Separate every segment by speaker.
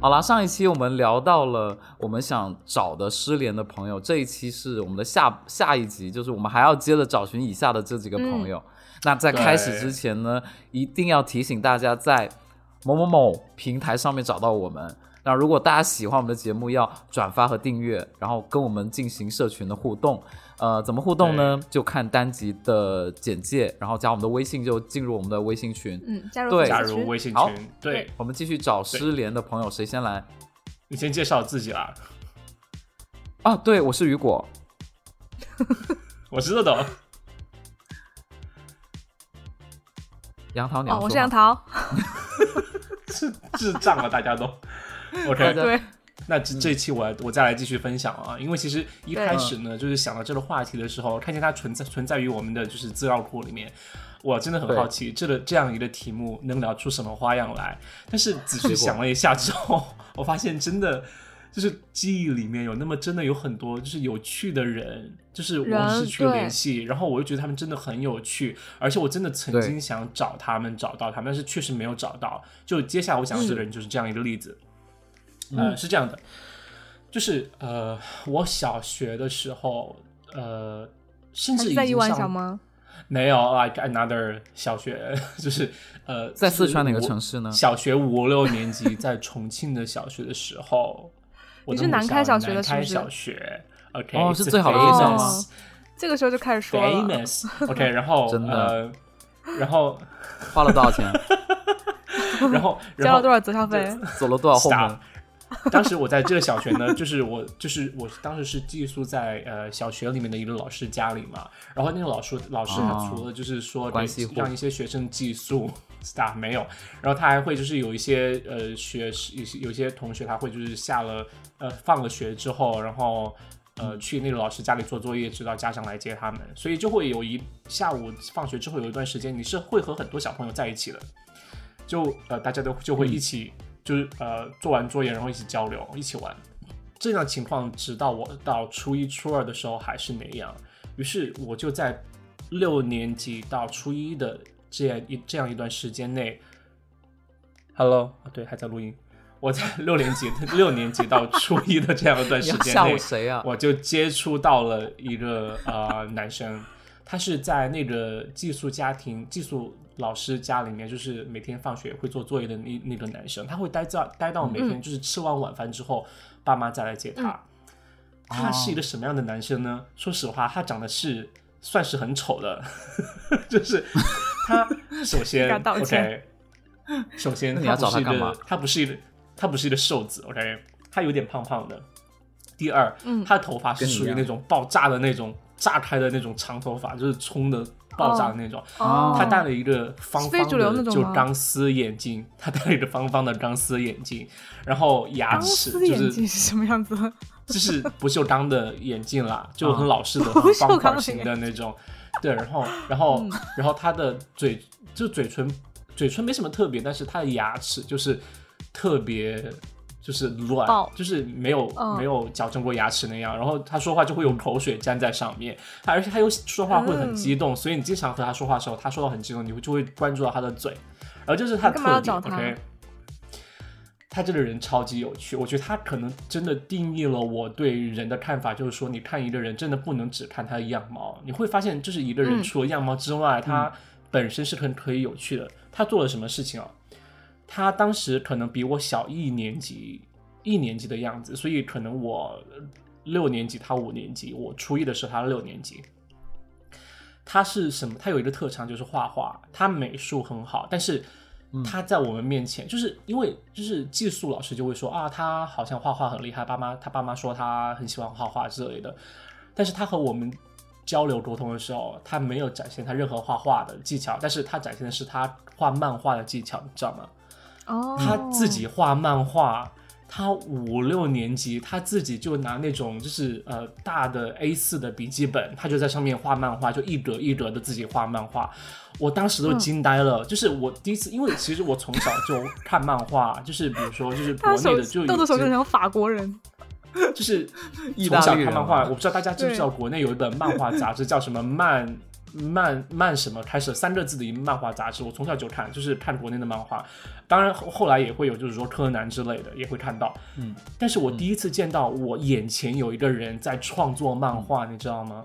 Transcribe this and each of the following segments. Speaker 1: 好啦，上一期我们聊到了我们想找的失联的朋友，这一期是我们的下下一集，就是我们还要接着找寻以下的这几个朋友。那在开始之前呢，一定要提醒大家在某某某平台上面找到我们。那如果大家喜欢我们的节目，要转发和订阅，然后跟我们进行社群的互动。呃，怎么互动呢？就看单集的简介，然后加我们的微信，就进入我们的微信群。
Speaker 2: 嗯，加入
Speaker 1: 对
Speaker 2: 粉丝
Speaker 1: 加
Speaker 3: 加入
Speaker 2: 群
Speaker 3: 微信
Speaker 1: 好
Speaker 3: 群。对
Speaker 1: 我们继续找失联的朋友，谁先来？
Speaker 3: 你先介绍自己啦，
Speaker 1: 啊，对，我是雨果。
Speaker 3: 我是豆豆，
Speaker 1: 杨桃，你要
Speaker 2: 哦，我
Speaker 1: 说
Speaker 2: 是杨
Speaker 1: 吗
Speaker 2: 桃，
Speaker 3: 智智障了，大家都。
Speaker 1: 大
Speaker 3: OK，
Speaker 1: 家
Speaker 2: 对，
Speaker 3: 那这这一期我我再来继续分享啊，因为其实一
Speaker 2: 嗯对
Speaker 3: 开始呢，就是想到这个话题的时候，看见它存在存在于我们的就是资料库里面，我真的很
Speaker 1: 对
Speaker 3: 好奇，这个这样一个题目能聊出什么花样来。但是 仔细想了一下之后，我发现真的就是记忆里面有那么真的有很多就是有趣的人，就是我们
Speaker 2: 人
Speaker 3: 失去
Speaker 2: 对
Speaker 3: 联系，然后我又觉得他们真的很有趣，而且我真的曾
Speaker 1: 对
Speaker 3: 经想找他们找到他们，但是确实没有找到。就接下来我讲的这
Speaker 2: 嗯
Speaker 3: 个人就是这样一个例子，
Speaker 1: 嗯
Speaker 3: 呃，是这样的，就是呃，我小学的时候，呃，甚
Speaker 2: 还
Speaker 3: 至
Speaker 2: 是
Speaker 3: 已
Speaker 2: 在一
Speaker 3: 经
Speaker 2: 万小
Speaker 3: 上
Speaker 2: 吗？
Speaker 3: 没有 like another 小学，就是呃，
Speaker 1: 在四川哪个
Speaker 3: 市？
Speaker 1: 城市呢？
Speaker 3: 小学五六年级在重庆的小学的时候，我
Speaker 2: 你是
Speaker 3: 的母
Speaker 2: 南开
Speaker 3: 校
Speaker 2: 小学的
Speaker 3: 南
Speaker 2: 是不
Speaker 3: 开
Speaker 2: 是
Speaker 3: 小学，OK，
Speaker 1: 哦
Speaker 3: it's
Speaker 1: 是
Speaker 3: a
Speaker 1: 最好的
Speaker 2: 院校吗
Speaker 3: famous-
Speaker 2: 这个时候就开始说了，
Speaker 3: ，famous，OK，然后
Speaker 1: 真的
Speaker 3: 呃，然后
Speaker 1: 花了多少 钱？
Speaker 3: 然后然
Speaker 2: 交
Speaker 3: 后
Speaker 2: 了多少择校费？
Speaker 1: 走了多少后
Speaker 3: Stop
Speaker 1: 门？
Speaker 3: 当时我在这个小学呢， 就是我就是我当时是寄宿在呃小学里面的一个老师家里嘛，然后那个老师老师他
Speaker 1: 哦
Speaker 3: 除了就是说
Speaker 1: 关
Speaker 3: 对
Speaker 1: 系户
Speaker 3: 让一些学生寄宿，staff 没有，然后他还会就是有一些呃学有些有些同学他会就是下了呃放了学之后，然后呃去那个老师家里做作业，直到家长来接他们，所以就会有一下午放学之后有一段时间你是会和很多小朋友在一起的，就呃大家都就会一起、就是呃做完作业然后一起交流一起玩。这样情况直到我到初一、初二的时候还是那样。于是我就在六年级到初一的这样一这样一段时间内，Hello，啊对，还在录音。我在六年级六年级到初一的这样一段
Speaker 1: 你
Speaker 3: 时
Speaker 1: 要
Speaker 3: 间
Speaker 1: 吓
Speaker 3: 内
Speaker 1: 唬，谁啊？
Speaker 3: 我就接触到了一个呃 男生，他是在那个寄宿家庭、寄宿老师家里面，就是每天放学会做作业的那那个男生，他会待到待到每
Speaker 2: 嗯
Speaker 3: 天就是吃完晚饭之后，爸妈再来接他。他是一个什么样的男生呢？说实话，他长得是算是很丑的， 就是他首 先
Speaker 2: 该道歉
Speaker 3: OK，首先
Speaker 1: 那你要
Speaker 3: 他不
Speaker 1: 找他
Speaker 3: 是一
Speaker 1: 干嘛
Speaker 3: 个，他不是一个，他不是一个瘦子，OK，他有点胖胖的。第二，
Speaker 2: 嗯
Speaker 3: 他的头发是
Speaker 1: 跟你
Speaker 3: 属
Speaker 1: 一
Speaker 3: 于
Speaker 1: 样
Speaker 3: 那种爆炸的那种炸开的那种长头发，就是冲的爆炸的那种。
Speaker 1: 哦
Speaker 3: 他戴了一个方
Speaker 2: 是
Speaker 3: 方
Speaker 2: 非主流那
Speaker 3: 的
Speaker 2: 种
Speaker 3: 就
Speaker 2: 吗
Speaker 3: 钢丝眼镜，他戴了一个方方的钢丝眼镜，然后牙
Speaker 2: 钢
Speaker 3: 齿
Speaker 2: 丝
Speaker 3: 就
Speaker 2: 眼
Speaker 3: 是
Speaker 2: 镜是什么样子？
Speaker 3: 就是不锈钢的眼镜啦，就很老式的、
Speaker 2: 哦不
Speaker 3: 很
Speaker 2: 锈
Speaker 3: 方
Speaker 2: 钢嗯
Speaker 3: 块型的那种。对，然后，然后，然后他的嘴就嘴唇，嘴唇没什么特别，但是他的牙齿就是特别。就是乱
Speaker 2: 爆，
Speaker 3: 就是没有、
Speaker 2: 嗯
Speaker 3: 没有矫正过牙齿那样，然后他说话就会有口水粘在上面，他而且他又说话会
Speaker 2: 嗯
Speaker 3: 很激动，所以你经常和他说话的时候，他说话很激动，你会就会关注到他的嘴，然后就是他的
Speaker 2: 干嘛要
Speaker 3: 特点
Speaker 2: 找他
Speaker 3: OK，他这个人超级有趣，我觉得他可能真的定义了我对人的看法，就是说，你看一个人真的不能只看他的样貌，你会发现，就是一个人
Speaker 2: 嗯
Speaker 3: 除了样貌之外，他本身是很可以有趣的。他做了什么事情啊？他当时可能比我小一年级，一年级的样子，所以可能我六年级，他五年级，我初一的时候他六年级。他是什么？他有一个特长就是画画，他美术很好，但是他在我们面前，就是因为就是寄宿老师就会说啊，他好像画画很厉害，爸妈他爸妈说他很喜欢画画之类的，但是他和我们交流沟通的时候，他没有展现他任何画画的技巧，但是他展现的是他画漫画的技巧，你知道吗？
Speaker 2: 哦，
Speaker 3: 他自己画漫画，他五六年级他自己就拿那种就是呃大的 A 四的笔记本，他就在上面画漫画，就一格一格的自己画漫画。我当时都惊呆了，
Speaker 2: 嗯
Speaker 3: 就是我第一次，因为其实我从小就看漫画，就是比如说就是国
Speaker 2: 他手
Speaker 3: 内的就有
Speaker 2: 豆豆手
Speaker 3: 这
Speaker 2: 就像法国人，
Speaker 3: 就是
Speaker 1: 意
Speaker 3: 从
Speaker 1: 大
Speaker 3: 小
Speaker 1: 利人
Speaker 3: 看
Speaker 1: 啊
Speaker 3: 漫
Speaker 1: 吗
Speaker 3: 画，我不知道大家知不知道，国内有一本漫画杂志叫什么漫漫漫什么开始三个字的一漫画杂志，我从小就看，就是看国内的漫画。当然后后来也会有，就是说柯南之类的也会看到。
Speaker 1: 嗯，
Speaker 3: 但是我第一次见到我眼前有一个人在创作漫画，你知道吗？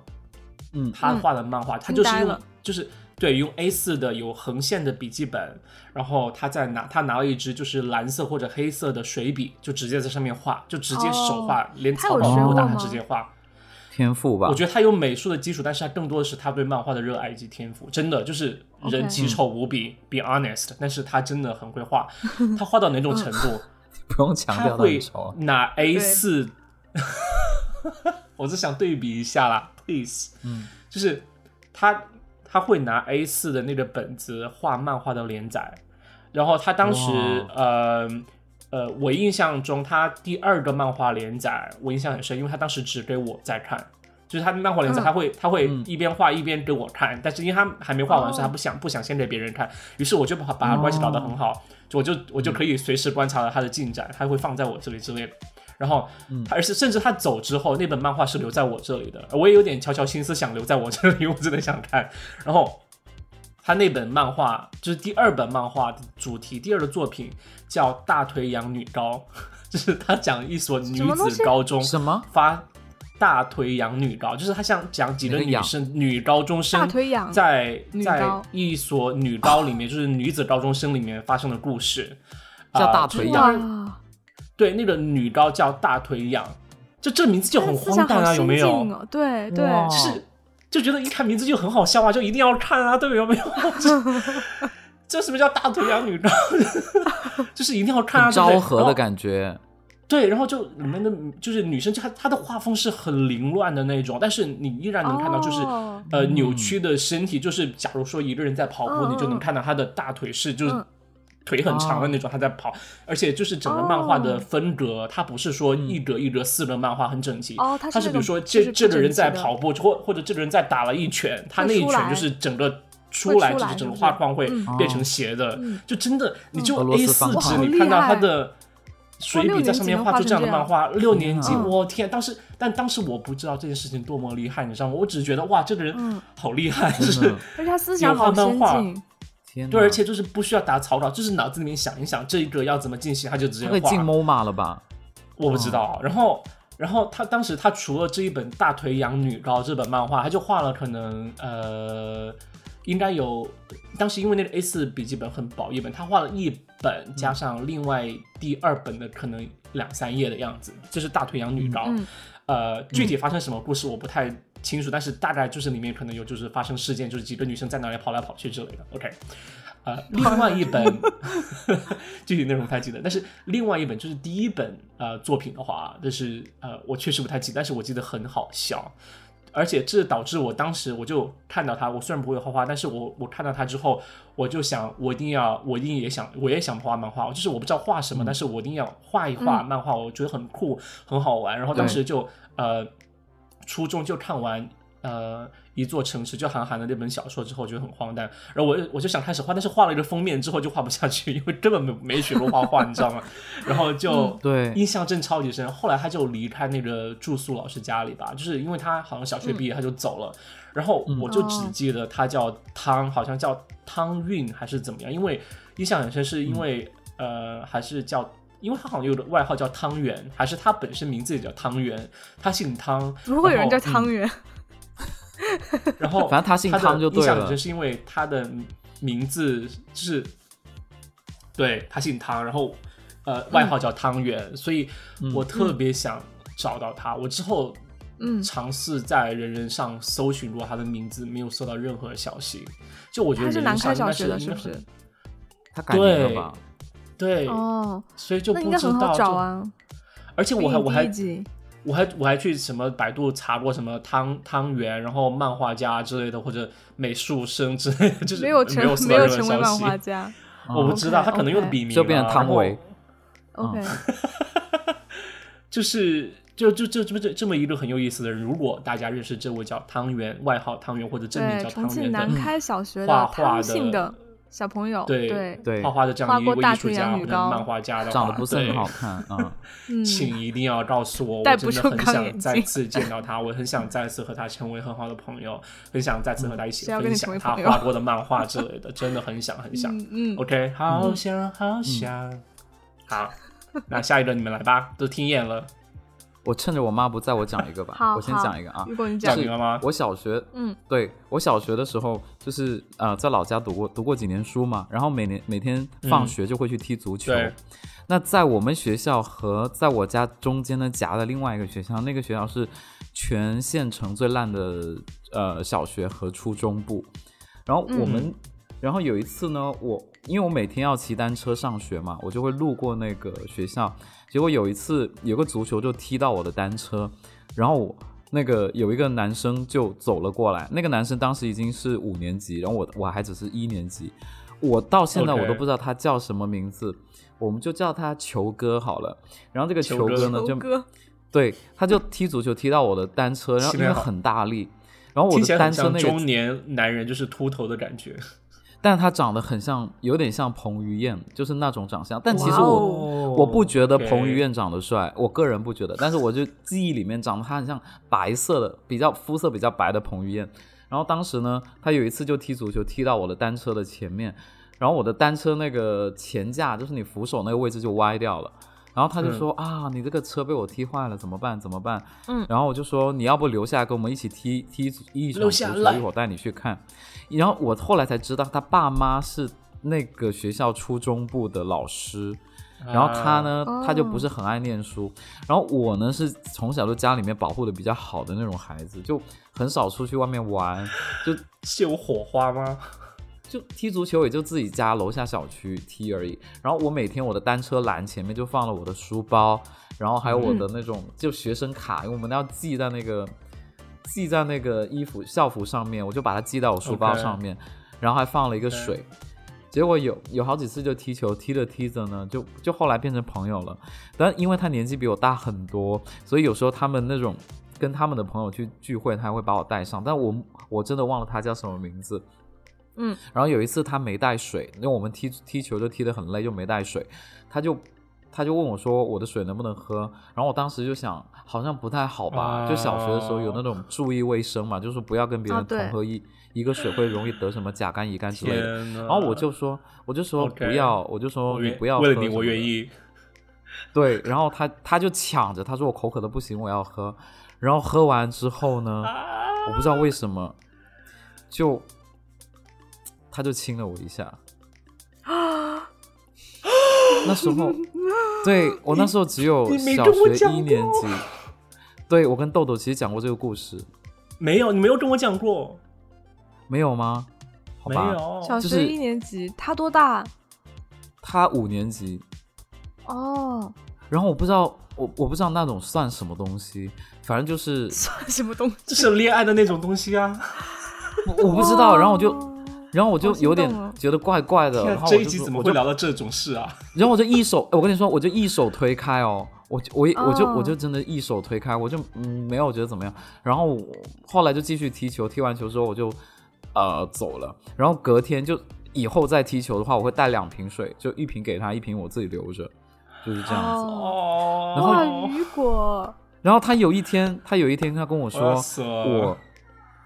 Speaker 1: 嗯
Speaker 3: 他画的漫画，他就
Speaker 2: 惊
Speaker 3: 是
Speaker 2: 呆
Speaker 3: 用
Speaker 2: 了
Speaker 3: 就是对用 A 4的有横线的笔记本，然后他再拿他拿了一支就是蓝色或者黑色的水笔，就直接在上面画，就直接手画，连
Speaker 2: 哦他
Speaker 3: 草
Speaker 2: 有
Speaker 3: 稿
Speaker 1: 学
Speaker 3: 都不打，
Speaker 2: 过
Speaker 3: 他
Speaker 2: 吗
Speaker 3: 直接画。
Speaker 1: 天赋吧
Speaker 3: 我。觉得他有美术的基础，但是他更多的是他对漫画的热爱以及天赋。真的就是人
Speaker 2: OK
Speaker 3: 奇丑无比、b e honest，但是他真的很会画，他画到哪种程度，
Speaker 1: 不用强
Speaker 3: 他
Speaker 1: 调他很
Speaker 3: 会
Speaker 1: 丑啊。
Speaker 3: 拿 A 4 我是想对比一下啦，please，
Speaker 1: 嗯，
Speaker 3: 就是他他会拿 A 4的那个本子画漫画的连载，然后他当时
Speaker 1: 哇
Speaker 3: 呃呃，我印象中他第二个漫画连载我印象很深，因为他当时只给我在看。就是他的漫画连载，
Speaker 2: 嗯
Speaker 3: 他会他会
Speaker 1: 嗯
Speaker 3: 一边画一边给我看，但是因为他还没画完，
Speaker 2: 哦
Speaker 3: 所以他不想不想先给别人看，于是我就把把
Speaker 1: 哦
Speaker 3: 他关系搞得很好，就我就
Speaker 1: 嗯
Speaker 3: 我就可以随时观察到他的进展，他会放在我这里之类的。然后
Speaker 1: 嗯，
Speaker 3: 而是甚至他走之后，那本漫画是留在我这里的，我也有点悄悄心思想留在我这里，我真的想看。然后他那本漫画就是第二本漫画的主题，第二个作品叫《大腿养女高》， 就是他讲一所女
Speaker 2: 什么东
Speaker 3: 子
Speaker 2: 西
Speaker 3: 高中
Speaker 1: 什么？
Speaker 3: 发大腿养女高，就是他想讲几个
Speaker 1: 哪个
Speaker 3: 女
Speaker 1: 养
Speaker 3: 生女高中生
Speaker 2: 大腿痒，
Speaker 3: 在
Speaker 2: 女
Speaker 3: 在
Speaker 2: 高
Speaker 3: 一所女高里面，就是女子高中生里面发生的故事，
Speaker 1: 叫
Speaker 3: 啊
Speaker 1: 大
Speaker 3: 就是
Speaker 1: 腿痒
Speaker 3: 当然
Speaker 2: 哇，
Speaker 3: 对，那个女高叫大腿痒，就这名字就很
Speaker 2: 这思
Speaker 3: 荒
Speaker 2: 想
Speaker 3: 诞啊，
Speaker 2: 好
Speaker 3: 有没
Speaker 2: 先进
Speaker 3: 有？
Speaker 2: 哦？对对，
Speaker 1: 哇
Speaker 3: 就，是就觉得一看名字就很好笑啊，就一定要看啊，对，有没有？这这什么叫大腿痒女高？ 就是哦一定要看啊，
Speaker 1: 很
Speaker 3: 对不对
Speaker 1: 昭和的
Speaker 3: 然后
Speaker 1: 感觉。
Speaker 3: 对，然后就里面的就是女生，就她她的画风是很凌乱的那种，但是你依然能看到就是。
Speaker 2: 哦
Speaker 3: 呃，
Speaker 1: 嗯
Speaker 3: 扭曲的身体，就是假如说一个人在跑步，
Speaker 2: 嗯
Speaker 3: 你就能
Speaker 2: 嗯
Speaker 3: 看到他的大腿是就是
Speaker 2: 嗯
Speaker 3: 腿很长的那种，他在跑，而且就是整个漫画的
Speaker 2: 哦
Speaker 3: 分隔，它不是说一格一格四格漫画很整齐，
Speaker 2: 哦它是
Speaker 3: 它是
Speaker 2: 那
Speaker 3: 比
Speaker 2: 种
Speaker 3: 如说
Speaker 2: 就
Speaker 3: 这
Speaker 2: 是
Speaker 3: 这
Speaker 2: 不
Speaker 3: 个人
Speaker 2: 整齐
Speaker 3: 在
Speaker 2: 的
Speaker 3: 跑步，或或者这个人在打了一拳，他
Speaker 2: 会
Speaker 3: 那一
Speaker 2: 出
Speaker 3: 拳
Speaker 2: 来
Speaker 3: 就是整个。
Speaker 2: 会
Speaker 3: 出
Speaker 2: 出
Speaker 3: 来就
Speaker 2: 来
Speaker 3: 是整
Speaker 2: 是
Speaker 3: 个
Speaker 2: 不是
Speaker 3: 画框会
Speaker 2: 嗯
Speaker 3: 变成斜的
Speaker 2: 嗯，
Speaker 3: 就真的你就
Speaker 1: 俄罗
Speaker 3: A
Speaker 1: 斯方
Speaker 3: 四
Speaker 1: 块
Speaker 3: 纸，
Speaker 2: 哇
Speaker 3: 你
Speaker 2: 好
Speaker 3: 看到
Speaker 2: 厉
Speaker 3: 它
Speaker 2: 害哦
Speaker 3: 的水
Speaker 2: 六
Speaker 3: 笔
Speaker 2: 年
Speaker 3: 在上
Speaker 2: 级
Speaker 3: 面
Speaker 2: 能
Speaker 3: 画
Speaker 2: 画
Speaker 3: 出
Speaker 2: 成
Speaker 3: 这样的
Speaker 2: 这
Speaker 3: 漫
Speaker 2: 样
Speaker 3: 画，六年级，
Speaker 1: 嗯
Speaker 3: 我天！当时，但当时我不知道这件事情多么厉害，你知道吗？我只是觉得哇，这个人
Speaker 2: 嗯
Speaker 3: 好厉害，就
Speaker 1: 真
Speaker 3: 是
Speaker 1: 的嗯
Speaker 2: 而且他思想
Speaker 3: 有画
Speaker 2: 好
Speaker 3: 漫
Speaker 2: 先
Speaker 3: 画
Speaker 2: 进，
Speaker 1: 天哪，
Speaker 3: 对，而且就是不需要打草稿，就是脑子里面想一想这一个要怎么进行，他就直接
Speaker 1: 他
Speaker 3: 画
Speaker 1: 会。进 MOMA 了吧？
Speaker 3: 我不知道。啊
Speaker 2: 嗯
Speaker 3: 然后，然后他当时他除了这一本《大腿养女高》这本漫画，他就画了可能呃，应该有当时因为那个 A 四笔记本很薄一本，他画了一本加上另外第二本的可能两三页的样子，就是《大腿养女高》
Speaker 2: 嗯
Speaker 3: 呃，具体发生什么故事我不太清楚，但是大概就是里面可能有就是发生事件，就是几个女生在那里跑来跑去之类的。OK，呃，另外一本 具体内容不太记得，但是另外一本就是第一本呃作品的话，就是呃我确实不太记得，但是我记得很好笑。而且这导致我当时我就看到他，我虽然不会画画，但是我我看到他之后，我就想我一定要，我一定也想，我也想画漫画，就是我不知道画什么，但是我一定要画一画漫画，我觉得很酷，很好玩。然后当时就呃，初中就看完呃一座城市就韩寒的那本小说之后，觉得很荒诞。然后我就我就想开始画，但是画了一个封面之后就画不下去，因为根本没没学过画画，你知道吗？然后就、
Speaker 1: 对
Speaker 3: 印象真超级深。后来他就离开那个住宿老师家里吧，就是因为他好像小学毕业他就走了，然后我就只记得他叫汤，好像叫汤韵还是怎么样，因为印象很深，是因为、呃还是叫。因为他好像有个外号叫汤圆，还是他本身名字也叫汤圆，他姓汤。
Speaker 2: 怎么会有人
Speaker 3: 然后
Speaker 2: 叫汤圆？
Speaker 3: 然后
Speaker 1: 反正他姓汤就对了
Speaker 3: 他的印象很深是因为他的名字就是，对他姓汤，然后呃外号叫汤圆，
Speaker 1: 嗯
Speaker 3: 所以我特别想找到他。我之后
Speaker 2: 嗯
Speaker 3: 尝试在人人上搜寻过他的名字，没有搜到任何消息。就我觉得
Speaker 2: 他是
Speaker 3: 人
Speaker 2: 南
Speaker 3: 人
Speaker 2: 开
Speaker 3: 上应
Speaker 2: 小
Speaker 3: 该
Speaker 2: 学的，是
Speaker 3: 应该
Speaker 2: 不
Speaker 3: 很
Speaker 2: 是？
Speaker 1: 他改名了吧？
Speaker 3: 对，
Speaker 2: 哦，
Speaker 3: 所以就
Speaker 2: 那
Speaker 3: 不
Speaker 2: 应
Speaker 3: 知
Speaker 2: 该
Speaker 3: 道。
Speaker 2: 很好找
Speaker 3: 就
Speaker 2: 啊。
Speaker 3: 而且
Speaker 2: 比
Speaker 3: 我还
Speaker 2: 你
Speaker 3: 我还
Speaker 2: 第一集
Speaker 3: 我还我还去什么百度查过什么汤汤圆，然后漫画家之类的，或者美术生之类的，就是
Speaker 2: 没有成
Speaker 3: 没有搜到
Speaker 2: 没有
Speaker 3: 任何
Speaker 2: 成为
Speaker 3: 消
Speaker 2: 漫
Speaker 3: 息
Speaker 2: 画家。
Speaker 3: 我不知道，
Speaker 2: 嗯
Speaker 3: 他可能用的笔名
Speaker 1: 就变成
Speaker 3: 了
Speaker 1: 汤唯，
Speaker 3: 然后
Speaker 2: OK，
Speaker 3: 就是就就就这么这这么一个很有意思的人。如果大家认识这位叫汤圆，外号汤圆或者真名
Speaker 2: 对，
Speaker 3: 叫
Speaker 2: 重
Speaker 3: 汤
Speaker 2: 庆
Speaker 3: 圆
Speaker 2: 南
Speaker 3: 的嗯
Speaker 2: 开小学
Speaker 3: 画
Speaker 2: 的
Speaker 3: 画
Speaker 2: 汤姓的，小朋友，
Speaker 3: 对
Speaker 2: 对，
Speaker 1: 对
Speaker 3: 画，画的这样
Speaker 2: 画
Speaker 3: 一
Speaker 2: 过
Speaker 3: 位
Speaker 2: 大
Speaker 3: 艺术
Speaker 2: 群
Speaker 3: 家
Speaker 2: 羊
Speaker 3: 或
Speaker 2: 女
Speaker 3: 者
Speaker 2: 高
Speaker 3: 漫画家的话，
Speaker 1: 长得不是很
Speaker 3: 对
Speaker 1: 好看啊。
Speaker 2: 嗯，
Speaker 3: 请一定要告诉我，我
Speaker 2: 戴
Speaker 3: 真
Speaker 2: 不
Speaker 3: 的
Speaker 2: 住
Speaker 3: 很
Speaker 2: 钢眼
Speaker 3: 想
Speaker 2: 镜
Speaker 3: 再次见到他，我很想再次和他成为很好的 朋友，很想再次和他一起
Speaker 2: 嗯谁要跟
Speaker 3: 分
Speaker 2: 你成
Speaker 3: 享
Speaker 2: 为
Speaker 3: 他
Speaker 2: 朋友
Speaker 3: 画过的漫画之类的，真的很想很想。哦
Speaker 2: 嗯嗯
Speaker 3: OK，好想
Speaker 1: 嗯
Speaker 3: 好想，好，那下一轮你们来吧，都听厌了，
Speaker 1: 我趁着我妈不在，我讲一个吧。
Speaker 2: 好，
Speaker 1: 我先
Speaker 2: 好
Speaker 1: 讲一个啊。
Speaker 2: 如果你
Speaker 3: 讲
Speaker 2: 讲，
Speaker 3: 明了吗？
Speaker 1: 我小学
Speaker 2: 嗯，
Speaker 1: 对我小学的时候，就是呃，在老家读过读过几年书嘛，然后每年每天放
Speaker 3: 嗯
Speaker 1: 学就会去踢足球。
Speaker 3: 对
Speaker 1: 那在我们学校和在我家中间呢夹的另外一个学校，那个学校是全县城最烂的呃小学和初中部。然后我们，然后有一次呢，我因为我每天要骑单车上学嘛，我就会路过那个学校，结果有一次有个足球就踢到我的单车，然后我。那个有一个男生就走了过来，那个男生当时已经是五年级，然后我我还只是一年级，我到现在
Speaker 3: OK
Speaker 1: 我都不知道他叫什么名字我们就叫他球哥好了。然后这个
Speaker 3: 球
Speaker 1: 球
Speaker 3: 哥
Speaker 1: 哥呢，
Speaker 2: 猴
Speaker 1: 就
Speaker 2: 哥，
Speaker 1: 对，他就踢足球踢到我的单车，然后
Speaker 3: 起
Speaker 1: 因
Speaker 3: 来
Speaker 1: 为
Speaker 3: 好
Speaker 1: 很大力，然后我
Speaker 3: 听起
Speaker 1: 的
Speaker 3: 来
Speaker 1: 单
Speaker 3: 很
Speaker 1: 车
Speaker 3: 像
Speaker 1: 那
Speaker 3: 中
Speaker 1: 个，
Speaker 3: 年男人就是秃头的感觉。
Speaker 1: 但他长得很像，有点像彭于晏，就是那种长相。但其实
Speaker 2: 哇
Speaker 1: 我、
Speaker 2: 哦
Speaker 1: 我不觉得
Speaker 3: OK
Speaker 1: 彭于晏长得帅，我个人不觉得，但是我就记忆里面长得他很像白色的，比较肤色比较白的彭于晏。然后当时呢，他有一次就踢足球踢到我的单车的前面，然后我的单车那个前架，就是你扶手那个位置就歪掉了。然后他就说、啊，你这个车被我踢坏了，怎么办？怎么办？
Speaker 2: 嗯
Speaker 1: 然后我就说你要不留下来跟我们一起踢踢足一场
Speaker 3: 留
Speaker 1: 足
Speaker 3: 下
Speaker 1: 球，
Speaker 3: 来
Speaker 1: 一会儿带你去看。然后我后来才知道，他爸妈是那个学校初中部的老师。然后他
Speaker 3: 啊
Speaker 1: 呢，
Speaker 2: 哦
Speaker 1: 他就不是很爱念书。然后我呢，是从小就家里面保护的比较好的那种孩子，就很少出去外面玩，就是
Speaker 3: 有火花吗？
Speaker 1: 就踢足球也就自己家楼下小区踢而已。然后我每天我的单车栏前面就放了我的书包，然后还有我的那种就学生卡，因为我们要系在那个系在那个衣服校服上面，我就把它系到我书包
Speaker 3: OK
Speaker 1: 上面然后还放了一个水。结果有有好几次就踢球，踢着踢着呢，就就后来变成朋友了。但因为他年纪比我大很多，所以有时候他们那种跟他们的朋友去聚会，他还会把我带上。但我我真的忘了他叫什么名字。
Speaker 2: 嗯，
Speaker 1: 然后有一次他没带水，因为我们踢踢球就踢得很累，就没带水，他就他就问我说我的水能不能喝，然后我当时就想好像不太好吧，
Speaker 3: 啊
Speaker 1: 就小学的时候有那种注意卫生嘛，就是不要跟别
Speaker 2: 啊
Speaker 1: 人
Speaker 2: 对
Speaker 1: 同喝一、一个水会容易得什么甲肝乙肝之类的。
Speaker 3: 天呐！
Speaker 1: 然后我就说，我就说
Speaker 3: OK
Speaker 1: 不要我就说
Speaker 3: 我
Speaker 1: 你
Speaker 3: 愿
Speaker 1: 不要
Speaker 3: 为了
Speaker 1: 喝
Speaker 3: 你，
Speaker 1: 什
Speaker 3: 我
Speaker 1: 么的
Speaker 3: 愿意。
Speaker 1: 对，然后他他就抢着，他说我口渴的不行，我要喝。然后喝完之后呢，
Speaker 3: 啊
Speaker 1: 我不知道为什么，就他就亲了我一下。那时候，对我那时候只有
Speaker 3: 你没
Speaker 1: 小
Speaker 3: 跟我
Speaker 1: 学
Speaker 3: 讲
Speaker 1: 一年
Speaker 3: 过
Speaker 1: 级。对我跟豆豆其实讲过这个故事，
Speaker 3: 没有，你没有跟我讲过，
Speaker 1: 没有吗？好
Speaker 3: 没
Speaker 1: 吧，
Speaker 3: 有。
Speaker 2: 小
Speaker 1: 就是
Speaker 2: 学一年级，他多大？啊
Speaker 1: 他五年级，
Speaker 2: 哦，
Speaker 1: 然后我不知道我我不知道那种算什么东西，反正就是
Speaker 2: 算什么东西？
Speaker 3: 这是恋爱的那种东西啊！
Speaker 1: 我我不知道，然后我就
Speaker 2: 哦
Speaker 1: 然后我就
Speaker 2: 好心
Speaker 1: 有点
Speaker 2: 动哦
Speaker 1: 觉得怪怪的，
Speaker 3: 啊天
Speaker 1: 然
Speaker 3: 啊
Speaker 1: 后我
Speaker 3: 这
Speaker 1: 就
Speaker 3: 一集
Speaker 1: 说
Speaker 3: 怎么
Speaker 1: 我
Speaker 3: 会
Speaker 1: 就
Speaker 3: 聊到这种事啊？
Speaker 1: 然后我就一手，哎我跟你说，我就一手推开哦，我就我一我就
Speaker 2: 哦
Speaker 1: 我就真的一手推开，我就嗯没有觉得怎么样。然后我后来就继续踢球，踢完球之后我就呃走了。然后隔天就以后再踢球的话，我会带两瓶水，就一瓶给他，一瓶我自己留着，就是这样子。
Speaker 2: 哦，
Speaker 3: 哦，
Speaker 1: 然后
Speaker 2: 哇，雨果，
Speaker 1: 然后他有一天，他有一天他跟我说，
Speaker 3: 我要死了
Speaker 1: 我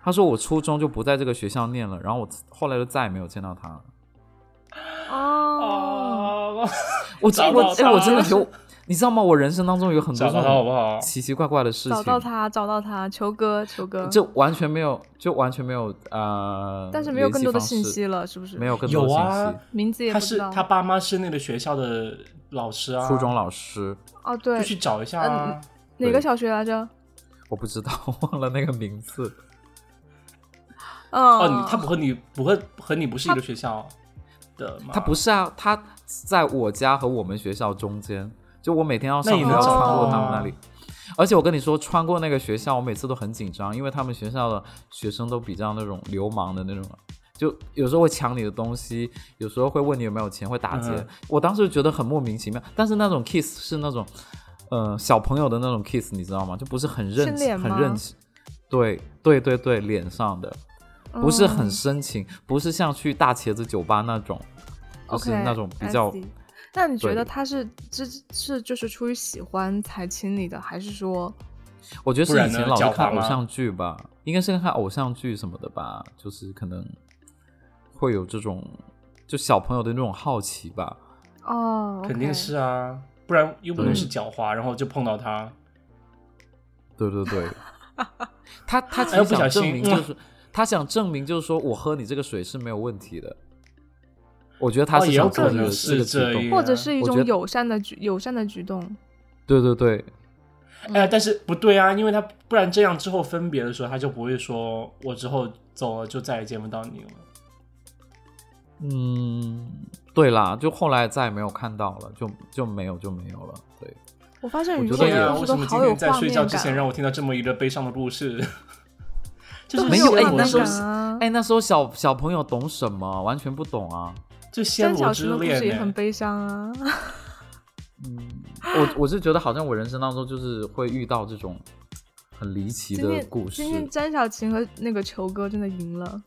Speaker 1: 他说我初中就不在这个学校念了，然后我后来就再也没有见到他了。
Speaker 2: 哦，
Speaker 3: 哦，
Speaker 1: 我
Speaker 3: 找
Speaker 1: 我
Speaker 3: 到
Speaker 1: 哎，我
Speaker 3: 他
Speaker 1: 真的有，你知道吗？我人生当中有很多
Speaker 3: 找
Speaker 1: 这
Speaker 3: 到他好不
Speaker 1: 种
Speaker 3: 好？
Speaker 1: 奇奇怪怪的事情，
Speaker 2: 找到他，找到他，球哥，球哥，
Speaker 1: 就完全没有，就完全没有呃，
Speaker 2: 嗯但是没有更多的信息
Speaker 1: 了，
Speaker 2: 了，是不是？
Speaker 1: 没有更多的
Speaker 3: 有
Speaker 1: 信
Speaker 3: 啊
Speaker 1: 息。
Speaker 2: 名字也
Speaker 3: 他
Speaker 2: 不
Speaker 3: 是
Speaker 2: 知道。
Speaker 3: 他爸妈是那个学校的老师啊，
Speaker 1: 初中老师，
Speaker 2: 哦，对嗯
Speaker 3: 就，去找一下啊。
Speaker 2: 哪个小学来着？
Speaker 1: 我不知道， 忘了那个名字。
Speaker 2: 嗯，
Speaker 3: 哦，你他不和你不和和你不是一个学校的吗？
Speaker 1: 他不是啊，他在我家和我们学校中间，就我每天要上
Speaker 3: 那
Speaker 1: 学
Speaker 3: 你
Speaker 1: 要
Speaker 2: 能找
Speaker 1: 穿
Speaker 2: 到
Speaker 1: 过
Speaker 2: 吗
Speaker 1: 他们那里。而且我跟你说，穿过那个学校，我每次都很紧张，因为他们学校的学生都比较那种流氓的那种，就有时候会抢你的东西，有时候会问你有没有钱，会打劫。
Speaker 3: 嗯
Speaker 1: 我当时觉得很莫名其妙，但是那种 kiss 是那种，呃，小朋友的那种 kiss，你知道吗？就不是很认
Speaker 2: 是脸
Speaker 1: 很
Speaker 2: 吗
Speaker 1: 认识，对对对对，脸上的。不是
Speaker 2: 哦嗯
Speaker 1: 很深情，不是像去大茄子酒吧那种，就是那种比较。
Speaker 2: OK，I see 那你觉
Speaker 1: 对
Speaker 2: 得他是这是就是出于喜欢才亲你的，还是说
Speaker 1: 我觉得
Speaker 3: 不
Speaker 1: 是
Speaker 3: 然
Speaker 1: 以
Speaker 3: 呢
Speaker 1: 前老是
Speaker 3: 狡猾
Speaker 1: 看偶
Speaker 3: 吗
Speaker 1: 像剧吧，应该是看偶像剧什么的吧，就是可能会有这种就小朋友的那种好奇吧。
Speaker 2: 哦，OK，嗯
Speaker 3: 肯定是啊，不然又不能
Speaker 1: 对
Speaker 3: 是狡猾，然后就碰到他。
Speaker 1: 对对对，他他其
Speaker 3: 哎呦
Speaker 1: 实
Speaker 3: 不小
Speaker 1: 想
Speaker 3: 心
Speaker 1: 证明
Speaker 3: 嗯
Speaker 1: 就是、他想证明就是说我喝你这个水是没有问题的。我觉得他
Speaker 3: 哦
Speaker 1: 是
Speaker 3: 也有
Speaker 1: 想做
Speaker 3: 可
Speaker 1: 这
Speaker 3: 能
Speaker 1: 个
Speaker 3: 是
Speaker 1: 个举
Speaker 3: 这
Speaker 1: 动
Speaker 3: 样，
Speaker 2: 或者是一
Speaker 1: 我觉
Speaker 2: 种
Speaker 1: 得
Speaker 2: 友善的举友善的举动。
Speaker 1: 对
Speaker 3: 嗯
Speaker 1: 对对，
Speaker 3: 哎，但是不对啊，因为他不然这样之后分别的时候，他就不会说我之后走了就再也见不到你了。
Speaker 1: 嗯，对啦，就后来再也没有看到了，就就没有就没有了。对，
Speaker 2: 我发现
Speaker 1: 我
Speaker 2: 宇
Speaker 1: 觉
Speaker 2: 宙
Speaker 1: 得
Speaker 2: 的
Speaker 1: 也
Speaker 3: 天
Speaker 1: 有
Speaker 3: 啊，
Speaker 2: 故
Speaker 3: 为
Speaker 2: 事
Speaker 3: 什
Speaker 2: 都
Speaker 3: 么今
Speaker 2: 好有
Speaker 3: 天在
Speaker 2: 画
Speaker 3: 睡觉
Speaker 2: 面
Speaker 3: 之前
Speaker 2: 感，啊
Speaker 3: 让我听到这么一个悲伤的故事？ 就
Speaker 2: 都很
Speaker 3: 是
Speaker 1: 没有
Speaker 2: 画
Speaker 1: 哎
Speaker 3: 暹
Speaker 1: 我
Speaker 2: 面
Speaker 3: 罗
Speaker 1: 那时
Speaker 3: 之
Speaker 1: 候
Speaker 2: 感 啊。
Speaker 1: 哎，那时候小小朋友懂什么？完全不懂啊。
Speaker 3: 就暹
Speaker 2: 三
Speaker 3: 罗
Speaker 2: 小时
Speaker 3: 之
Speaker 2: 的故事也
Speaker 3: 恋
Speaker 2: 很
Speaker 3: 呢，
Speaker 2: 悲伤啊。
Speaker 1: 我我是觉得好像我人生当中就是会遇到这种很离奇
Speaker 2: 今
Speaker 1: 的
Speaker 2: 天
Speaker 1: 故事
Speaker 2: 今。天詹小琴和那个球哥真的赢了，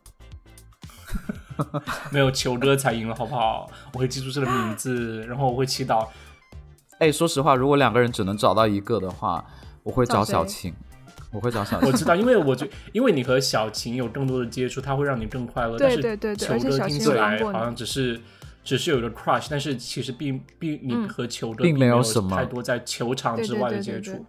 Speaker 3: 没有球哥才赢了，好不好？我会记住这个名字，然后我会 祈祷。
Speaker 1: 哎，说实话，如果两个人只能找到一个的话，我会找
Speaker 2: 找谁
Speaker 1: 小晴，我会找 小
Speaker 3: 我
Speaker 1: 晴。
Speaker 3: 知道，因为我觉，因为你和小琴有更多的接触，它会让你更快乐。
Speaker 2: 对对对对
Speaker 3: 但
Speaker 2: 而
Speaker 3: 是
Speaker 2: 且
Speaker 3: 球
Speaker 2: 小
Speaker 3: 哥
Speaker 2: 琴
Speaker 3: 听
Speaker 2: 有
Speaker 3: 起
Speaker 2: 帮
Speaker 3: 来
Speaker 2: 过你
Speaker 3: 好像只是只是有一个 crush，但是其实并并你
Speaker 2: 嗯
Speaker 3: 和球哥
Speaker 1: 并没
Speaker 3: 没
Speaker 1: 有
Speaker 3: 有
Speaker 1: 什么
Speaker 3: 太多在球场
Speaker 2: 对
Speaker 3: 之
Speaker 2: 对
Speaker 3: 外
Speaker 2: 对
Speaker 3: 的
Speaker 2: 对
Speaker 3: 接
Speaker 2: 对
Speaker 3: 触，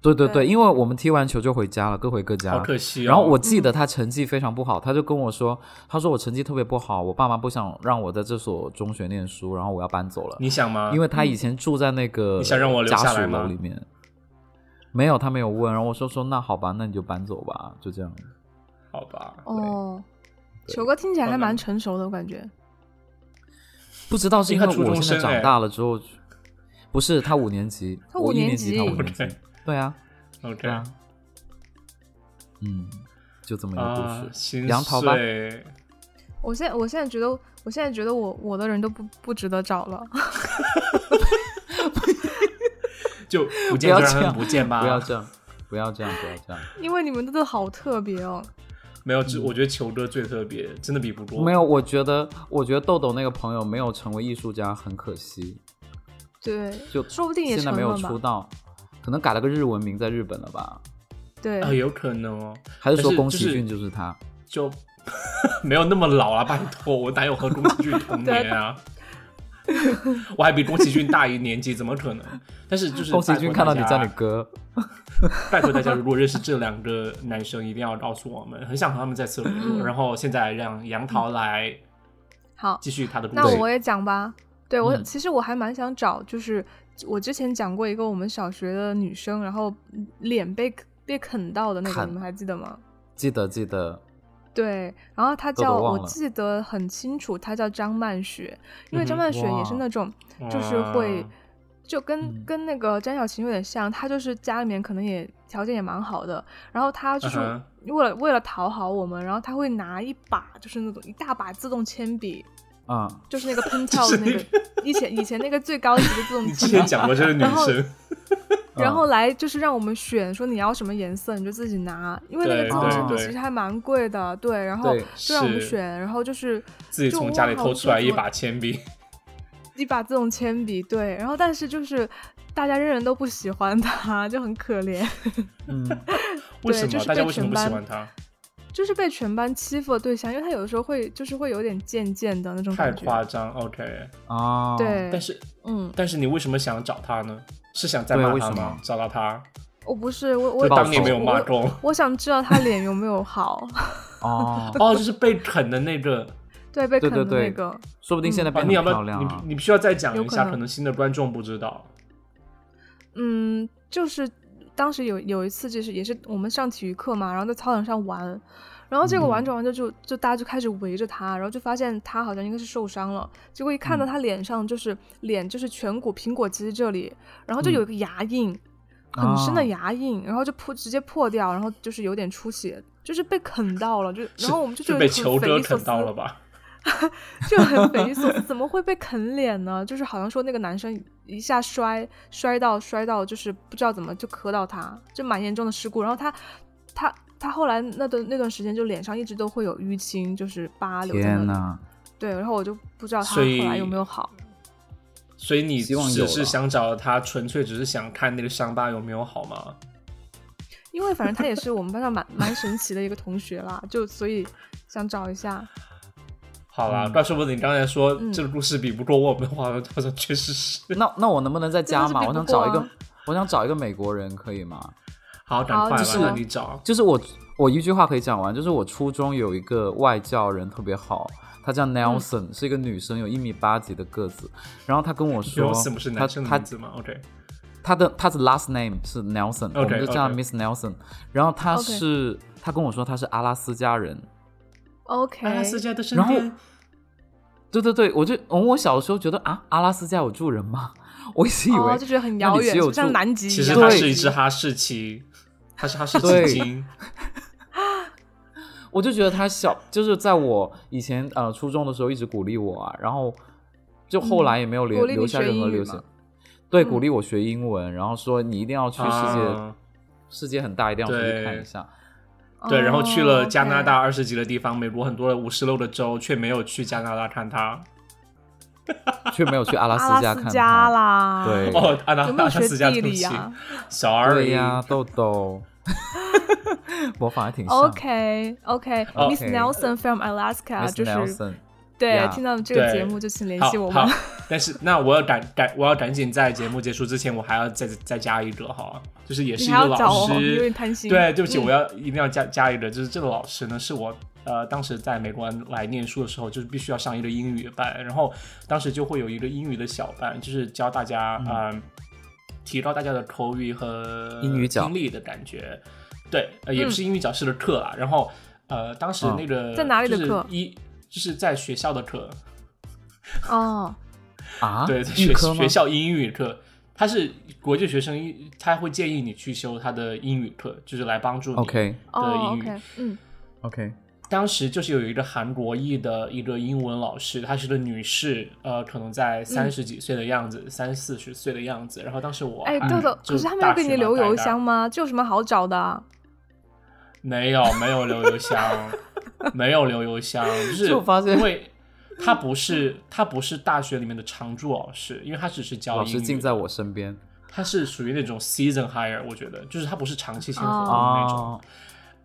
Speaker 1: 对对对，
Speaker 2: 对
Speaker 1: 因为我们踢完球就回家了，各回各家。
Speaker 3: 好可惜哦。
Speaker 1: 然后我记得他成绩非常不好，他就跟我说，他说我成绩特别不好，我爸妈不想让我在这所中学念书，然后我要搬走了，
Speaker 3: 你想吗？
Speaker 1: 因为他以前住在那个
Speaker 3: 啊嗯你想让我留
Speaker 1: 家
Speaker 3: 下
Speaker 1: 属
Speaker 3: 来吗
Speaker 1: 楼里面。没有，他没有问，然后我说说那好吧，那你就搬走吧，就这样。
Speaker 3: 好吧，
Speaker 2: 哦，球哥听起来还蛮成熟的，我感觉。
Speaker 1: 不知道是因为
Speaker 3: 你看初
Speaker 1: 我
Speaker 3: 中
Speaker 1: 现在
Speaker 3: 生哎
Speaker 1: 长大了之后，不是他五年级，
Speaker 2: 他
Speaker 1: 我
Speaker 2: 五
Speaker 1: 一年
Speaker 2: 年
Speaker 1: 级，
Speaker 2: 级
Speaker 1: 他五年级
Speaker 3: OK，
Speaker 1: 对啊，
Speaker 3: OK
Speaker 1: 对啊，嗯，就这么一个
Speaker 3: 啊，
Speaker 1: 故事。
Speaker 3: 心
Speaker 1: 杨桃吧
Speaker 3: 碎。
Speaker 2: 我现在我现在觉得，我现在觉得我我的人都不不值得找了。
Speaker 3: 就不
Speaker 1: 不
Speaker 3: 见
Speaker 1: 要
Speaker 3: 就
Speaker 1: 这
Speaker 3: 让他
Speaker 1: 样，
Speaker 3: 们不见吧，
Speaker 1: 不要这样，不要这样，不要这样。
Speaker 2: 因为你们都好特别哦。
Speaker 3: 没有，只
Speaker 1: 嗯
Speaker 3: 我觉得球哥最特别，真的比不过。
Speaker 1: 没有，我觉得，我觉得豆豆那个朋友没有成为艺术家很可惜，
Speaker 2: 对，
Speaker 1: 就
Speaker 2: 说不定也
Speaker 1: 现在
Speaker 2: 成
Speaker 1: 没有
Speaker 2: 了
Speaker 1: 出
Speaker 2: 嘛。
Speaker 1: 道，可能改了个日文名在日本了吧？
Speaker 2: 对，
Speaker 3: 啊，有可能哦，
Speaker 1: 还是说
Speaker 3: 但是
Speaker 1: 宫
Speaker 3: 就
Speaker 1: 崎
Speaker 3: 是
Speaker 1: 骏就是他？
Speaker 3: 就 没有那么老啊了，拜托，我哪有和宫崎 骏同年啊？ 我还比宫崎骏大一年级，怎么可能？但是就是
Speaker 1: 宫崎
Speaker 3: 拜托
Speaker 1: 骏看到
Speaker 3: 大
Speaker 1: 你
Speaker 3: 家
Speaker 1: 叫你哥，
Speaker 3: 拜托大家，如果认识这两个男生，一定要告诉我们，很想和他们再次联
Speaker 1: 嗯
Speaker 3: 络。然后现在让杨桃来
Speaker 2: 好，
Speaker 3: 继续他的故
Speaker 2: 那
Speaker 3: 事。
Speaker 2: 我也讲吧。对我、
Speaker 1: 嗯
Speaker 2: 其实我还蛮想找，就是我之前讲过一个我们小学的女生，然后脸被被啃到的那个，
Speaker 1: 砍
Speaker 2: 你们还记得吗？
Speaker 1: 记得记得，
Speaker 2: 对，然后她
Speaker 1: 都
Speaker 2: 叫，
Speaker 1: 忘
Speaker 2: 我
Speaker 1: 了
Speaker 2: 记得很清楚，她叫张曼雪，因为
Speaker 3: 嗯
Speaker 2: 张
Speaker 3: 哼
Speaker 2: 曼雪也是
Speaker 1: 哇
Speaker 2: 那种
Speaker 3: 哇
Speaker 2: 就是
Speaker 3: 哦
Speaker 2: 会，就跟、
Speaker 1: 嗯
Speaker 2: 跟那个詹小琴有点像，她就是家里面可能也条件也蛮好的，然后她就是
Speaker 3: 嗯
Speaker 2: 为了、为了讨好我们，然后她会拿一把就是那种一大把自动铅笔，
Speaker 1: 嗯，
Speaker 2: 就是那个喷跳的 那个，以前以前那个最高级的自动
Speaker 3: 你之
Speaker 2: 铅
Speaker 3: 前
Speaker 2: 笔，
Speaker 3: 讲过嗯这个女
Speaker 2: 然后
Speaker 3: 生，
Speaker 2: 然后来就是让我们选，说你要什么颜色你就自己拿，因为那个
Speaker 3: 对
Speaker 2: 自动
Speaker 1: 对
Speaker 2: 铅笔
Speaker 3: 对
Speaker 2: 其实还蛮贵的，对，然后
Speaker 1: 对
Speaker 2: 就让我们
Speaker 3: 是
Speaker 2: 选，然后就是
Speaker 3: 自己
Speaker 2: 就
Speaker 3: 从
Speaker 2: 哇
Speaker 3: 家里
Speaker 2: 我
Speaker 3: 偷
Speaker 2: 就
Speaker 3: 出来
Speaker 2: 怎
Speaker 3: 一
Speaker 2: 么
Speaker 3: 把 铅笔，
Speaker 2: 一把自动铅笔，对，然后但是就是大家人人都不喜欢他， 就很可怜，
Speaker 1: 嗯，
Speaker 2: 对
Speaker 3: 为什
Speaker 2: 就
Speaker 3: 么
Speaker 2: 是
Speaker 3: 大家
Speaker 2: 被
Speaker 3: 为什么
Speaker 2: 全
Speaker 3: 不喜
Speaker 2: 班
Speaker 3: 欢他？
Speaker 2: 就是被全班欺负的对象，因为他有的时候会就是会有点贱贱的那种
Speaker 3: 太
Speaker 2: 感觉，
Speaker 3: 夸张，OK。
Speaker 1: 哦，，
Speaker 2: 对，
Speaker 3: 但是
Speaker 2: 嗯，
Speaker 3: 但是你为什么想找他呢？是想再
Speaker 1: 对
Speaker 3: 骂
Speaker 1: 为
Speaker 3: 他
Speaker 1: 什
Speaker 3: 吗
Speaker 1: 么？
Speaker 3: 找到他，
Speaker 2: 我不是我
Speaker 3: 就
Speaker 2: 我
Speaker 1: 报
Speaker 3: 当年
Speaker 1: 仇
Speaker 3: 没有骂中。
Speaker 2: 我想知道他脸有没有好，
Speaker 1: 哦，
Speaker 3: 哦，就是被啃的那 个。
Speaker 2: 对，被
Speaker 1: 对
Speaker 2: 啃
Speaker 1: 对
Speaker 2: 的
Speaker 1: 对
Speaker 2: 那个，
Speaker 1: 说不定现在
Speaker 3: 啊，
Speaker 1: 变
Speaker 3: 你
Speaker 1: 得
Speaker 3: 要
Speaker 1: 很
Speaker 3: 不要
Speaker 1: 漂？亮
Speaker 3: 你
Speaker 1: 啊。
Speaker 3: 你必须要再讲
Speaker 2: 有
Speaker 3: 一
Speaker 2: 可
Speaker 3: 下，
Speaker 2: 能
Speaker 3: 可能新的观众不知道。
Speaker 2: 嗯，就是当时有有一次，就是也是我们上体育课嘛，然后在操场上玩，然后结果
Speaker 3: 嗯
Speaker 2: 玩着玩着就就大家就开始围着他，然后就发现他好像应该是受伤了，结果一
Speaker 3: 嗯
Speaker 2: 看到他脸上就是、脸就是颧骨苹果肌这里，然后就
Speaker 3: 嗯
Speaker 2: 有一个牙印，很深
Speaker 1: 啊
Speaker 2: 的牙印，然后就破直接破掉，然后就是有点出血，就是被啃到了，就然后我们就觉
Speaker 3: 是
Speaker 2: 得
Speaker 3: 被
Speaker 2: 很
Speaker 3: 球
Speaker 2: 匪
Speaker 3: 哥
Speaker 2: 夷所
Speaker 3: 啃到
Speaker 2: 思
Speaker 3: 了吧？
Speaker 2: 就很匪夷所思，怎么会被啃脸呢？就是好像说那个男生一下摔摔到摔到，就是不知道怎么就磕到他，就蛮严重的事故。然后他他他后来那段那段时间就脸上一直都会有淤青，就是疤留在
Speaker 1: 天
Speaker 2: 那里。
Speaker 1: 哪，
Speaker 2: 对，然后我就不知道他
Speaker 3: 所
Speaker 2: 后
Speaker 3: 以
Speaker 2: 来有没有好。
Speaker 3: 所以你
Speaker 1: 希望有
Speaker 3: 只
Speaker 1: 了
Speaker 3: 是想找他，纯粹只是想看那个伤疤有没有好吗？
Speaker 2: 因为反正他也是我们班上蛮蛮神奇的一个同学啦，就所以想找一下。
Speaker 3: 好啦，
Speaker 1: 嗯
Speaker 3: 怪叔伯，你刚才说、
Speaker 2: 嗯
Speaker 3: 这个故事比不过我们的话，好像确实是。
Speaker 1: 那那我能不能再加
Speaker 2: 真的
Speaker 1: 码？
Speaker 2: 是
Speaker 1: 我
Speaker 2: 比
Speaker 1: 想
Speaker 2: 不过
Speaker 1: 找一个
Speaker 2: 啊，
Speaker 1: 我想找一个美国人，可以吗？
Speaker 3: 好，赶
Speaker 2: 好你
Speaker 3: 快吧，
Speaker 2: 说
Speaker 3: 那你找。
Speaker 1: 就是我我一句话可以讲完，就是我初中有一个外教人特别好，她
Speaker 2: 嗯
Speaker 1: 叫 Nelson，、是一个女生，有一米八几的个子。然后她跟我说，
Speaker 3: Johnson 不是
Speaker 1: 她
Speaker 3: 男生的
Speaker 1: 她
Speaker 3: 名字吗？OK，
Speaker 1: 她的她的 last name 是 Nelson，、我们就叫她
Speaker 3: OK，OK
Speaker 1: Miss Nelson。然后她
Speaker 2: OK
Speaker 1: 是她跟我说她是阿拉斯加人，
Speaker 2: OK，
Speaker 3: 阿拉斯加的身
Speaker 1: 哎然后
Speaker 3: 边，
Speaker 1: 对对对，我就、嗯我小时候觉得啊，阿拉斯加有住人吗？我一直以为、
Speaker 2: 哦，就觉得很
Speaker 1: 那你
Speaker 2: 遥
Speaker 1: 只
Speaker 2: 远，
Speaker 1: 有
Speaker 2: 就像
Speaker 1: 住
Speaker 2: 南极一
Speaker 3: 其
Speaker 2: 样。
Speaker 3: 实
Speaker 1: 对
Speaker 3: 它是一只哈士奇，它是哈士奇
Speaker 1: 对
Speaker 3: 精。
Speaker 1: 我就觉得他小，就是在我以前呃初中的时候一直鼓励我啊，然后就后来也没有留、
Speaker 2: 嗯鼓励你
Speaker 1: 留下
Speaker 2: 学
Speaker 1: 任何
Speaker 2: 英语
Speaker 1: 留
Speaker 2: 嘛
Speaker 1: 下，对，
Speaker 2: 嗯
Speaker 1: 鼓励我学英文，然后说你一定要去世界，
Speaker 3: 啊
Speaker 1: 世界很大，一定要出去看
Speaker 3: 对
Speaker 1: 一下。
Speaker 3: 对，然后去了
Speaker 2: 哦
Speaker 3: 加拿大
Speaker 2: OK
Speaker 3: 二十几的地方，美国很多的五十六的州，却没有去加拿大看它。
Speaker 1: 却没有 去阿拉
Speaker 2: 阿
Speaker 1: 斯
Speaker 2: 拉
Speaker 1: 加
Speaker 2: 斯
Speaker 1: 看
Speaker 2: 加
Speaker 1: 他。
Speaker 2: 啦。
Speaker 1: 对
Speaker 3: 哦，阿 拉
Speaker 2: 有没有
Speaker 3: 阿
Speaker 2: 学
Speaker 3: 拉斯加
Speaker 2: 地理啊
Speaker 3: 呀
Speaker 2: 呀
Speaker 1: 对
Speaker 3: ？Sorry，
Speaker 1: 呀、豆豆，模仿还挺像。
Speaker 2: ？OK OK
Speaker 3: OK
Speaker 2: Miss Nelson from Alaska，
Speaker 1: Miss
Speaker 2: 就是
Speaker 1: Nelson，
Speaker 2: 对
Speaker 1: Yeah
Speaker 2: 听到这个
Speaker 3: 对
Speaker 2: 节目就请联系
Speaker 3: 好
Speaker 2: 我
Speaker 3: 好
Speaker 2: 们。，
Speaker 3: 但是那我要赶赶，我要赶紧在节目结束之前，我还要再再加一个哈，就是也是
Speaker 2: 你
Speaker 3: 一
Speaker 2: 还
Speaker 3: 个
Speaker 2: 要找
Speaker 3: 老
Speaker 2: 我，有
Speaker 3: 师
Speaker 2: 点，贪心。嗯
Speaker 3: 对，对不起，我要一定要加加一个，就是这个老师呢，是我呃当时在美国来念书的时候，就是必须要上一个英语班，然后当时就会有一个英语的小班，就是教大家嗯、呃提高大家的口语和
Speaker 1: 英语角
Speaker 3: 听力的感觉，对，
Speaker 2: 嗯
Speaker 3: 呃也不是英语角式的课啦，然后呃当时
Speaker 1: 嗯
Speaker 3: 那个、
Speaker 2: 在哪里的
Speaker 3: 就是
Speaker 2: 课
Speaker 3: 一就是在学校的课，
Speaker 2: 哦，
Speaker 1: 啊，
Speaker 3: 对，在
Speaker 1: 预
Speaker 3: 学
Speaker 1: 科吗
Speaker 3: 学？校英语课，他是国际学生英，他会建议你去修他的英语课，就是来帮助你
Speaker 1: OK
Speaker 3: 的
Speaker 2: 哦
Speaker 3: 英语。
Speaker 2: ，OK，嗯，
Speaker 1: OK，
Speaker 3: 当时就是有一个韩国裔的一个英文老师，她是个女士，呃，可能
Speaker 2: 嗯
Speaker 3: 在三十几岁的样子，三四十岁的样子。然后当时我
Speaker 2: 哎，
Speaker 3: 还
Speaker 2: 豆豆，
Speaker 3: 嗯就
Speaker 2: 可是他没有
Speaker 3: 大
Speaker 2: 给
Speaker 3: 学
Speaker 2: 你
Speaker 3: 嘛
Speaker 2: 留
Speaker 3: 大
Speaker 2: 邮
Speaker 3: 概
Speaker 2: 箱吗？这有什么好找的啊？
Speaker 3: 没有，没有留邮箱，没有留邮箱，就是
Speaker 1: 就发现
Speaker 3: 因为他不是他不是大学里面的常驻老师，因为他只是教
Speaker 1: 老
Speaker 3: 英
Speaker 1: 师
Speaker 3: 语
Speaker 1: 近在我身边
Speaker 3: 他是属于那种 season hire，我觉得就是他不是长期性合同的那种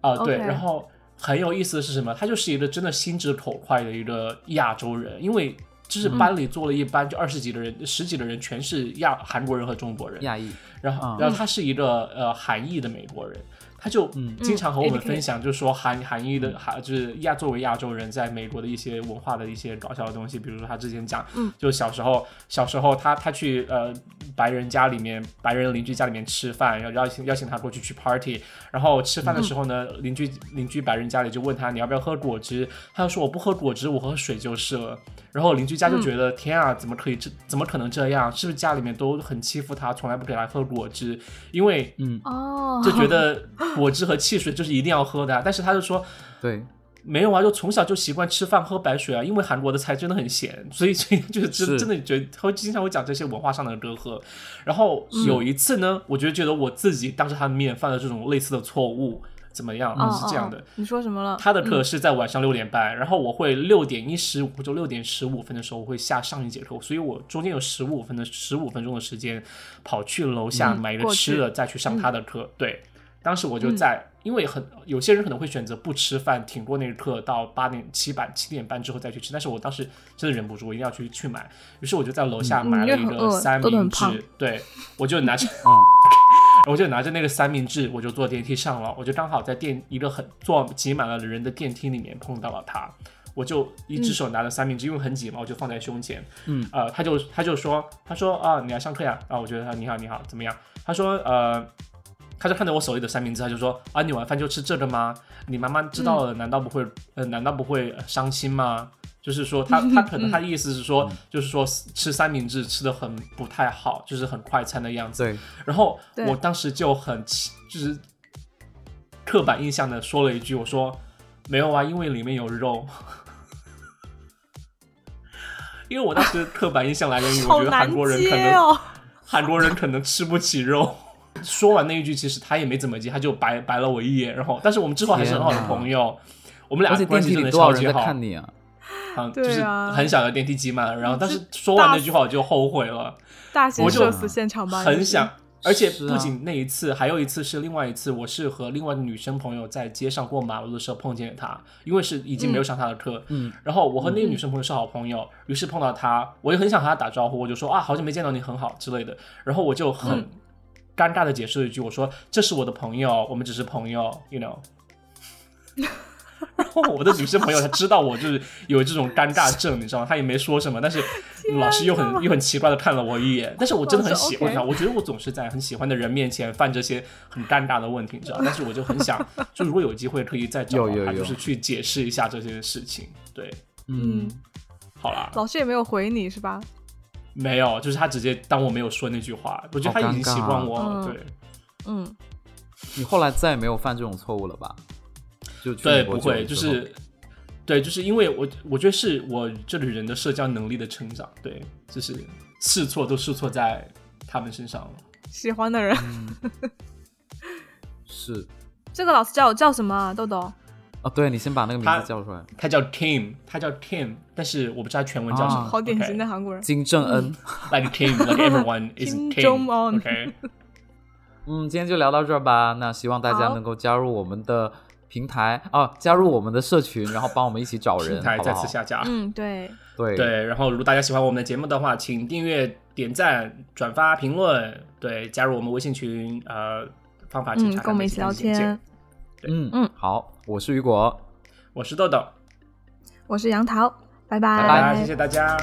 Speaker 1: 啊，
Speaker 3: 啊、对。
Speaker 2: OK
Speaker 3: 然后很有意思的是什么？他就是一个真的心直口快的一个亚洲人，因为就是班里坐了一班就二十几个人、十几个人全是亚韩国人和中国人，
Speaker 1: 亚裔
Speaker 3: 然后、
Speaker 1: 嗯
Speaker 3: 然后他是一个呃韩裔的美国人。他就经常和我们分享，就是说韩韩裔的韩就是亚作为亚洲人在美国的一些文化的一些搞笑的东西，比如说他之前讲，
Speaker 2: 嗯
Speaker 3: 就小时候小时候他他去呃白人家里面白人邻居家里面吃饭，然后邀请邀请他过去去 party，然后吃饭的时候呢，邻居邻居白人家里就问他你要不要喝果汁，他就说我不喝果汁，我喝水就是了。然后邻居家就觉得、天啊，怎么可以这怎么可能这样？是不是家里面都很欺负他，从来不给他喝果汁？因为
Speaker 2: 哦，
Speaker 3: 就觉得果汁和汽水就是一定要喝的、啊，但是他就说
Speaker 1: 对，
Speaker 3: 没有啊，就从小就习惯吃饭喝白水啊，因为韩国的菜真的很咸，所以所以就是真
Speaker 1: 是
Speaker 3: 真的觉得会经常会讲这些文化上的隔阂。然后有一次呢，我就觉得我自己当着他的面犯了这种类似的错误，怎么样？
Speaker 2: 哦
Speaker 3: 是这样的。
Speaker 2: 哦哦你说什么了？
Speaker 3: 他的
Speaker 2: 嗯
Speaker 3: 课是在晚上六点半，然后我会六点一十五或者六点十五分的时候我会下上一节课，所以我中间有十五分的十五分钟的时间跑去楼下
Speaker 2: 嗯
Speaker 3: 买一个
Speaker 2: 过
Speaker 3: 吃
Speaker 2: 去
Speaker 3: 的，再去上他的
Speaker 2: 嗯
Speaker 3: 课。对，当时我就在，因为很有些人可能会选择不吃饭，挺过那个课到八点七半七点半之后再去吃，但是我当时真的忍不住，我一定要去去买，于是我就在楼下
Speaker 2: 嗯
Speaker 3: 买了
Speaker 2: 因为
Speaker 3: 一
Speaker 2: 很
Speaker 3: 个
Speaker 2: 饿
Speaker 3: 三
Speaker 2: 都
Speaker 3: 明
Speaker 2: 很
Speaker 3: 治
Speaker 2: 胖，
Speaker 3: 对我就拿着。
Speaker 1: 嗯，
Speaker 3: 我就拿着那个三明治，我就坐电梯上了，我就刚好在电一个很坐挤满了人的电梯里面碰到了他，我就一只手拿着三明治，因为很挤嘛，我就放在胸前，
Speaker 1: 嗯，
Speaker 3: 呃，他就他就说，他说啊，你来上课呀，啊，我觉得他你好你好怎么样？他说呃，他就看着我手里的三明治，他就说啊，你晚饭就吃这个吗？你妈妈知道
Speaker 1: 嗯
Speaker 3: 了，难道不会呃，难道不会伤心吗？就是说 他，他可
Speaker 1: 嗯
Speaker 3: 能他的意思是说，就是说吃三明治吃的很不太好，就是很快餐的样子。
Speaker 1: 对，
Speaker 3: 然后
Speaker 2: 对
Speaker 3: 我当时就很气就是刻板印象的说了一句，我说没有啊，因为里面有肉。 因为我当时刻板印象来源于，我
Speaker 2: 好
Speaker 3: 觉得
Speaker 2: 难
Speaker 3: 韩国人可
Speaker 2: 接
Speaker 3: 能、
Speaker 2: 哦。
Speaker 3: 韩国人可能吃不起肉，说完那一句，其实他也没怎么接，他就白白了我一眼。然后，但是我们之后还是很好的朋友，我们
Speaker 1: 而
Speaker 3: 俩
Speaker 1: 且
Speaker 3: 关
Speaker 1: 电
Speaker 3: 系
Speaker 1: 梯
Speaker 3: 真的
Speaker 1: 里多少
Speaker 3: 超
Speaker 1: 人
Speaker 3: 级
Speaker 1: 在
Speaker 3: 好。
Speaker 1: 看你啊？
Speaker 3: 嗯，就
Speaker 2: 对
Speaker 3: 是
Speaker 2: 啊
Speaker 3: 很想要电梯机嘛。然后，但
Speaker 2: 这
Speaker 3: 是说完
Speaker 2: 大
Speaker 3: 那句话我就后悔了。
Speaker 2: 大型
Speaker 3: 我就
Speaker 2: 社死现场吧，
Speaker 3: 很想，而且
Speaker 1: 是
Speaker 3: 不
Speaker 1: 啊
Speaker 3: 仅那一次，还有一次是另外一次，我是和另外的女生朋友在街上过马路的时候碰见她，因为是已经没有上她的课，
Speaker 1: 嗯，
Speaker 3: 然后我和那个女生朋友是好朋友，于是碰到她，我也很想和她打招呼，我就说啊，好久没见到你，很好之类的，然后我就很
Speaker 2: 嗯
Speaker 3: 尴尬的解释了一句，我说这是我的朋友，我们只是朋友，you know。然后我的女生朋友她知道我就是有这种尴尬症，你知道吗？她也没说什么，但是老师又很又很奇怪的看了我一眼。但是我真的很喜欢
Speaker 2: 老师
Speaker 3: 他，我觉得我总是在很喜欢的人面前犯这些很尴尬的问题，你知道吗？但是我就很想，就如果有机会可以再找
Speaker 1: 有
Speaker 3: 到
Speaker 1: 有
Speaker 3: 他，
Speaker 1: 有
Speaker 3: 就是去解释一下这些事情。对，
Speaker 1: 嗯，
Speaker 3: 好啦，
Speaker 2: 老师也没有回你是吧？
Speaker 3: 没有，就是他直接当我没有说那句话，我觉得
Speaker 1: 好
Speaker 3: 他已经
Speaker 1: 尴尬
Speaker 3: 习惯我
Speaker 2: 嗯
Speaker 3: 了。对
Speaker 2: 嗯，
Speaker 1: 你后来再也没有犯这种错误了吧？就去美
Speaker 3: 对，不
Speaker 1: 国
Speaker 3: 会，
Speaker 1: 久
Speaker 3: 就
Speaker 1: 了之后
Speaker 3: 是。对，就是因为我我觉得是我这里人的社交能力的成长，对，就是试错都试错在他们身上了。
Speaker 2: 喜欢的人，
Speaker 1: 是
Speaker 2: 这个老师叫叫什么啊？豆豆？
Speaker 1: 哦，对你先把那个名
Speaker 3: 他
Speaker 1: 字叫出来，
Speaker 3: 他叫 Tim，他叫 Tim，但是我不知道他全文叫什么。
Speaker 1: 啊
Speaker 2: 哦好典型的
Speaker 3: o
Speaker 2: 韩国人。
Speaker 1: 金正恩。
Speaker 3: k Like Tim，like everyone is
Speaker 2: Kim
Speaker 3: Tim。
Speaker 2: Jong-un
Speaker 3: OK，
Speaker 1: 嗯，今天就聊到这儿吧。那希望大家
Speaker 2: 好
Speaker 1: 能够加入我们的平台啊，加入我们的社群，然后帮我们一起找人，
Speaker 3: 平台
Speaker 1: 好不
Speaker 3: 再
Speaker 1: 好
Speaker 3: 次？下架。
Speaker 2: 嗯，对，
Speaker 1: 对
Speaker 3: 对，然后如果大家喜欢我们的节目的话，请订阅、点赞、转发、评论，对，加入我们微信群，呃，方法请
Speaker 2: 嗯，
Speaker 3: 查看
Speaker 2: 跟我们一
Speaker 3: 微
Speaker 2: 起
Speaker 3: 信
Speaker 2: 聊
Speaker 3: 的简介
Speaker 2: 天。。
Speaker 1: 嗯
Speaker 2: 嗯
Speaker 1: 嗯，好，我是雨果，
Speaker 3: 我是豆豆，
Speaker 2: 我是杨桃，拜
Speaker 1: 拜
Speaker 3: 大家谢谢大家。